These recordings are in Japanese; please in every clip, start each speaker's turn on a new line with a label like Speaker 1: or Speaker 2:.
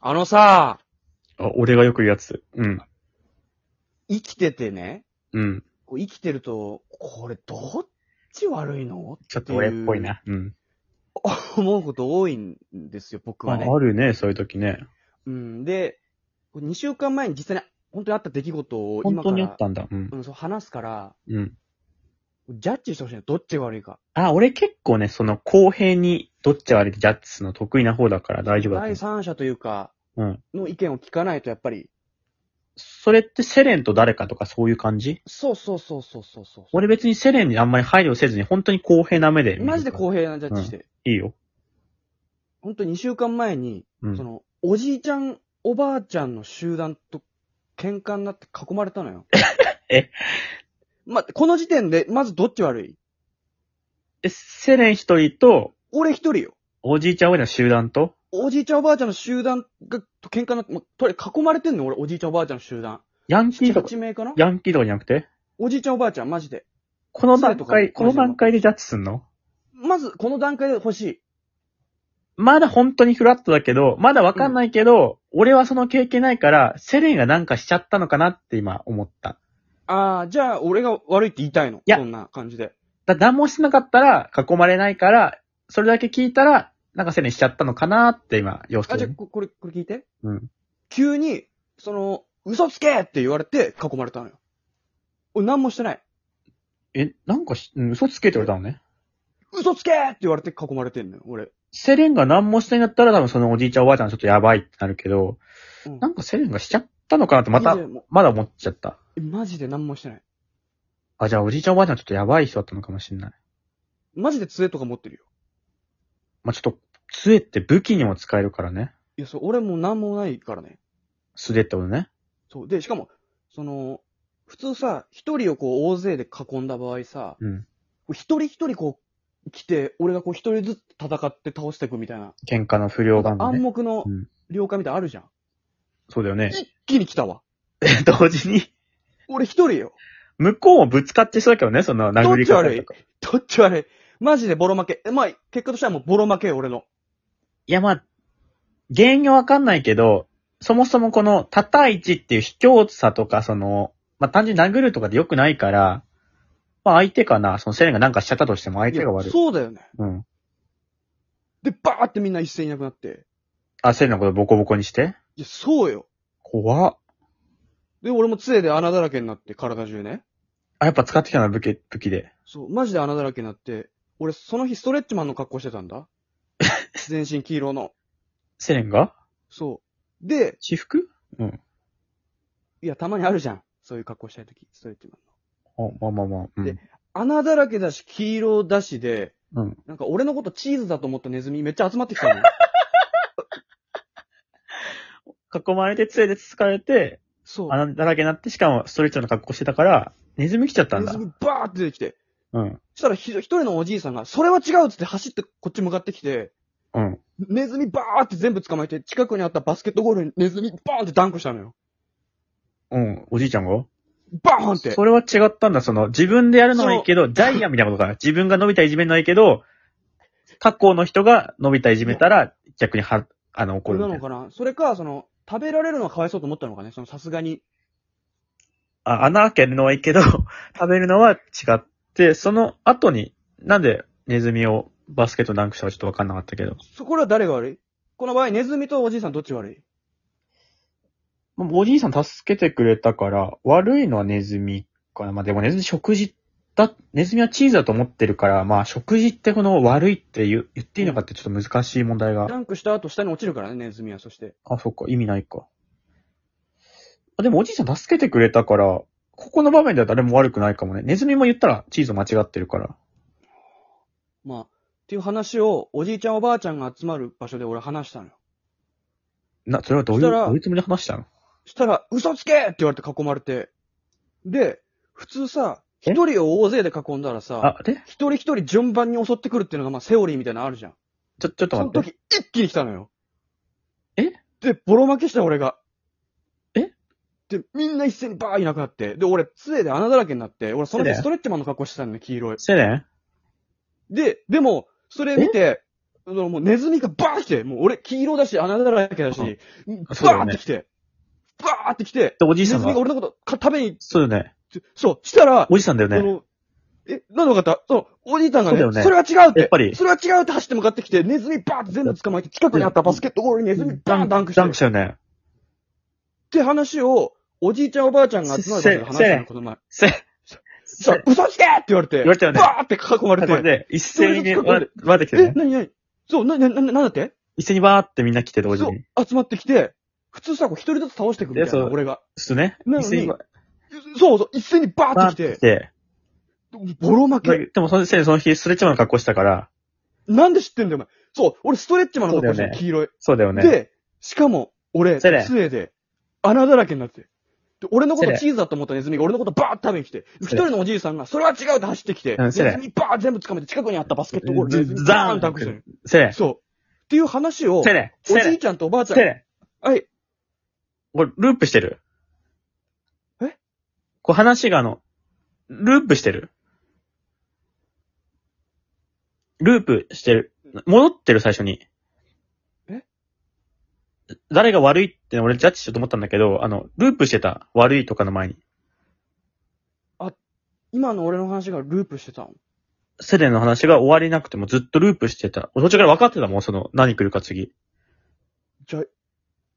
Speaker 1: あのさ、
Speaker 2: あ、俺がよく言うやつ。うん。
Speaker 1: 生きててね、
Speaker 2: うん。
Speaker 1: こう生きてると、これどっち悪いの
Speaker 2: ちょっと俺っぽいな。うん。
Speaker 1: 思うこと多いんですよ、僕はね
Speaker 2: あ。あるね、そういう時ね。
Speaker 1: うん。で、2週間前に実際に本当にあった出来事を
Speaker 2: 本
Speaker 1: 今か
Speaker 2: 当
Speaker 1: ら、
Speaker 2: にあったんだ。うん。
Speaker 1: うん、そう話すから、
Speaker 2: うん。
Speaker 1: ジャッジしてほしいの、どっちが悪いか。
Speaker 2: あ、俺結構ね、その公平にどっち悪いってジャッジするの得意な方だから大丈夫だと
Speaker 1: 第
Speaker 2: 思
Speaker 1: 三者というか、
Speaker 2: う。うん。
Speaker 1: の意見を聞かないと、やっぱり、
Speaker 2: それってセレンと誰かとかそういう感じ
Speaker 1: そうそうそうそうそうそう。
Speaker 2: 俺別にセレンにあんまり配慮せずに本当に公平な目で。
Speaker 1: マジで公平なジャッジして。
Speaker 2: いいよ。
Speaker 1: 本当に2週間前に、
Speaker 2: うん。
Speaker 1: そ。の、おじいちゃん、おばあちゃんの集団と喧嘩になって囲まれたのよ
Speaker 2: え
Speaker 1: ま、この時点で、まずどっち悪い
Speaker 2: え、セレン一人と、
Speaker 1: 俺一人よ。
Speaker 2: おじいちゃん俺の集団と、
Speaker 1: おじいちゃんおばあちゃんの集団が、と喧嘩になって、ま、とりあえず囲まれてんのよ俺、おじいちゃんおばあちゃんの集団。
Speaker 2: ヤンキーとか、
Speaker 1: 8名かな
Speaker 2: ヤンキーとかじゃなくて、
Speaker 1: おじいちゃんおばあちゃん、マジで。
Speaker 2: この段
Speaker 1: セレンとかも
Speaker 2: 階、この段階でジャッジすんの
Speaker 1: まず、この段階で欲しい。
Speaker 2: まだ本当にフラットだけど、まだわかんないけど、俺はその経験ないから、セレンがなんかしちゃったのかなって今思った。
Speaker 1: ああ、じゃあ、俺が悪いって言いたいの。
Speaker 2: いや
Speaker 1: そんな感じで。
Speaker 2: だ、何もしてなかったら、囲まれないから、それだけ聞いたら、なんかセレンしちゃったのかなって今、予想
Speaker 1: あ、じゃあ、ここれ、これ聞いて。
Speaker 2: うん。
Speaker 1: 急に、その、嘘つけって言われて囲まれたのよ。俺何もしてない。
Speaker 2: え、なんかし、うん嘘つけて言われたのね。
Speaker 1: 嘘つけって言われて囲まれてんのよ、俺。
Speaker 2: セレンが何もしてんだったら、多分そのおじいちゃんおばあちゃんちょっとやばいってなるけど、
Speaker 1: うん
Speaker 2: なんかセレンがしちゃったのかなってま
Speaker 1: い
Speaker 2: た
Speaker 1: いじゃ、んも
Speaker 2: まだ思っちゃった。
Speaker 1: うマジで何もしてない。
Speaker 2: あ、じゃあおじいちゃんおばあちゃんちょっとやばい人だったのかもしれない。
Speaker 1: マジで杖とか持ってるよ。
Speaker 2: まあ、ちょっと、杖って武器にも使えるからね。
Speaker 1: いや、そう、俺もう何もないからね。
Speaker 2: 素手ってことね。
Speaker 1: そう。で、しかも、その、普通さ、一人をこう大勢で囲んだ場合さ、
Speaker 2: うん。
Speaker 1: こう一人一人こう来て、俺がこう一人ずつ戦って倒していくみたいな、
Speaker 2: 喧嘩の不良バンド
Speaker 1: 暗
Speaker 2: ね。
Speaker 1: 黙の
Speaker 2: うん
Speaker 1: 了解みたいなのあるじゃん。
Speaker 2: そうだよね。
Speaker 1: 一気に来たわ。
Speaker 2: 同時に、
Speaker 1: 俺一人よ。
Speaker 2: 向こうもぶつかってそうだけどね、その
Speaker 1: ど
Speaker 2: 殴
Speaker 1: っ
Speaker 2: り
Speaker 1: ち
Speaker 2: 方とか。
Speaker 1: 悪いどっち悪いマジでボロ負け。えまあ、結果としてはもうボロ負けよ、俺の。
Speaker 2: いや、まあ、原因はわかんないけど、そもそもこの、叩いちっていう卑怯さとか、その、まあ、単純に殴るとかで良くないから、まあ、相手かな、そのセレンがなんかしちゃったとしても相手が悪い。
Speaker 1: いやそうだよね。
Speaker 2: うん。
Speaker 1: で、バーってみんな一斉にいなくなって。
Speaker 2: あ、セレンのことボコボコにして
Speaker 1: いや、そうよ。
Speaker 2: 怖っ。
Speaker 1: で、俺も杖で穴だらけになって、体中ね。
Speaker 2: あ、やっぱ使ってきたな、武器、武器で。
Speaker 1: そう、マジで穴だらけになって、俺、その日ストレッチマンの格好してたん だ。全身黄色の。
Speaker 2: セレンが
Speaker 1: そう。で、
Speaker 2: 私服
Speaker 1: いや、たまにあるじゃん。そういう格好したいとき、ストレッチマンの。
Speaker 2: あ、まあまあまあ。うん
Speaker 1: で穴だらけだし、黄色だしで、
Speaker 2: うん。
Speaker 1: なんか俺のことチーズだと思ったネズミめっちゃ集まってき たの。
Speaker 2: 囲まれて、杖でつつかれて、
Speaker 1: そう。
Speaker 2: 穴だらけになって、しかもストレッチの格好してたから、ネズミ来ちゃった
Speaker 1: ネ
Speaker 2: んだ
Speaker 1: ズ。ミバーって出てきて。
Speaker 2: うん。
Speaker 1: そしたらひ、一人のおじいさんが、それは違うっつって走ってこっち向かってきて、
Speaker 2: うん。
Speaker 1: ネズミバーって全部捕まえて、近くにあったバスケットゴールにネズミバーンってダンクしたのよ。
Speaker 2: うん。おじいちゃんが
Speaker 1: バーンって。
Speaker 2: それは違ったんだ。その、自分でやるのはいいけど、ジャイアンみたいなことかな。自分が伸びたいじめるのはいいけど、過去の人が伸びたいじめたら、逆には、あの、
Speaker 1: こ
Speaker 2: 怒
Speaker 1: れな
Speaker 2: るみた
Speaker 1: の
Speaker 2: いな。
Speaker 1: かなそれか、その、食べられるのはかわいそうと思ったのかねその、さすがに。
Speaker 2: あ、穴開けるのはいいけど、 食べるのは違って、その後に、なんでネズミをバスケットダンクしたかちょっとわかんなかったけど。
Speaker 1: そこら誰が悪いこの場合、ネズミとおじいさんどっちが悪い
Speaker 2: まあおじいさん助けてくれたから、悪いのはネズミかな。まあ、でもネズミ食事だ、ネズミはチーズだと思ってるから、まあ食事ってこの悪いって言う言っていいのかってちょっと難しい問題が。
Speaker 1: ダンクした後下に落ちるからね、ネズミは。そして。
Speaker 2: あ、そっか、意味ないか。あでもおじいさん助けてくれたから、ここの場面では誰も悪くないかもね。ネズミも言ったらチーズ間違ってるから。
Speaker 1: まあ、っていう話を、おじいちゃんおばあちゃんが集まる場所で俺話したのよ。
Speaker 2: な、それはどういう、
Speaker 1: そしたら
Speaker 2: どういうつもりで話したの
Speaker 1: したら、嘘つけって言われて囲まれて。で、普通さ、
Speaker 2: え
Speaker 1: 一人を大勢で囲んだらさ、
Speaker 2: あ、で
Speaker 1: 一人一人順番に襲ってくるっていうのが、まあ、セオリーみたいなのあるじゃん。
Speaker 2: ちょ、ちょっと
Speaker 1: その
Speaker 2: 待って。
Speaker 1: 時、一気に来たのよ。
Speaker 2: え
Speaker 1: で、ボロ負けした俺が。
Speaker 2: え
Speaker 1: で、みんな一斉にバーいなくなって。で、俺、杖で穴だらけになって、俺、その
Speaker 2: 杖
Speaker 1: 時
Speaker 2: で
Speaker 1: ストレッチマンの格好してたのよ、黄色い。
Speaker 2: セレン
Speaker 1: で、でも、それ見て、だからもうネズミがバーって来て、もう俺黄色だし、穴だらけだし、
Speaker 2: う
Speaker 1: バ
Speaker 2: そうだよ
Speaker 1: ーっ
Speaker 2: ね
Speaker 1: て来て、バーって来て、
Speaker 2: で、おじ
Speaker 1: ネ
Speaker 2: いさ
Speaker 1: ズ
Speaker 2: ん
Speaker 1: ミが
Speaker 2: が、
Speaker 1: 俺のことか食べに行っ
Speaker 2: そうよね。
Speaker 1: て、そう、したら、
Speaker 2: おじさんだよ
Speaker 1: そ
Speaker 2: ね。
Speaker 1: の、え、なんで分かったその、おじいさんが
Speaker 2: そうだよ
Speaker 1: ね、
Speaker 2: ね
Speaker 1: それは違うっ、
Speaker 2: やってぱり、
Speaker 1: それは違うって走って向かってきて、ネズミバーって全部捕まえて、近くにあったバスケットゴールにネズミバーンダンクして、
Speaker 2: ダ
Speaker 1: っ
Speaker 2: ンクしたよね。
Speaker 1: て話を、おじいちゃんおばあちゃんが集まる場所で話したの、この前。
Speaker 2: せ、
Speaker 1: そしたら、嘘つけって言われて、
Speaker 2: 言われたよね
Speaker 1: バーって囲まれて、
Speaker 2: これで、一斉に
Speaker 1: それ
Speaker 2: わ
Speaker 1: で
Speaker 2: わーってきて
Speaker 1: え、
Speaker 2: ね。
Speaker 1: なになにそう、な、な、な、なんだって
Speaker 2: 一斉にわーってみんな来て同時
Speaker 1: そ
Speaker 2: に。
Speaker 1: う、集まってきて、普通さ、こう一人ずつ倒していくみたい
Speaker 2: い
Speaker 1: な、
Speaker 2: やそう
Speaker 1: 俺が。
Speaker 2: ちょっとね。
Speaker 1: なの
Speaker 2: 一
Speaker 1: に
Speaker 2: 斉にわ
Speaker 1: そうそう、一斉にバー
Speaker 2: ー
Speaker 1: っ
Speaker 2: ってて
Speaker 1: き
Speaker 2: 来
Speaker 1: て、
Speaker 2: て。
Speaker 1: ボロ負け。
Speaker 2: でも、そのせいでその日、ストレッチマンの格好したから、
Speaker 1: なんで知ってんだよ、お前。そう、俺ストレッチマンの格好し
Speaker 2: そうだよ
Speaker 1: て
Speaker 2: ね
Speaker 1: 黄色い。
Speaker 2: そうだよね。
Speaker 1: で、しかも、俺、
Speaker 2: セレン
Speaker 1: 杖で、穴だらけになってて。で、俺のこ
Speaker 2: セ
Speaker 1: と
Speaker 2: レン
Speaker 1: チーズだと思ったネズミが俺のことバーって食べに来て、一
Speaker 2: セレン
Speaker 1: 人のおじいさんが、それは違うって走ってきて、
Speaker 2: うん
Speaker 1: ネ
Speaker 2: セ
Speaker 1: ズ
Speaker 2: レン
Speaker 1: ミバー全部掴めて近くにあったバスケットゴール
Speaker 2: ず
Speaker 1: ネズミバーン
Speaker 2: ザ
Speaker 1: っ
Speaker 2: ーン
Speaker 1: てくしてる。
Speaker 2: セレン、
Speaker 1: そう。っていう話を、お
Speaker 2: セレン、セレ
Speaker 1: じい
Speaker 2: ン、
Speaker 1: ちゃんとおばあちゃ
Speaker 2: セ
Speaker 1: ん、
Speaker 2: レン。
Speaker 1: はい、
Speaker 2: これ、ループしてる。
Speaker 1: え
Speaker 2: こう話があの、ループしてる。ループしてる。戻ってる、最初に。
Speaker 1: え
Speaker 2: 誰が悪いって俺ジャッジしようと思ったんだけど、あの、ループしてた。悪いとかの前に。
Speaker 1: 今の俺の話がループしてたの。
Speaker 2: セレンの話が終わりなくてもずっとループしてた。俺途中から分かってたもん、その、何来るか次。
Speaker 1: じゃあ、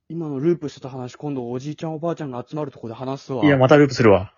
Speaker 1: 今のループしてた話、今度おじいちゃんおばあちゃんが集まるとこで話すわ。
Speaker 2: いや、またループするわ。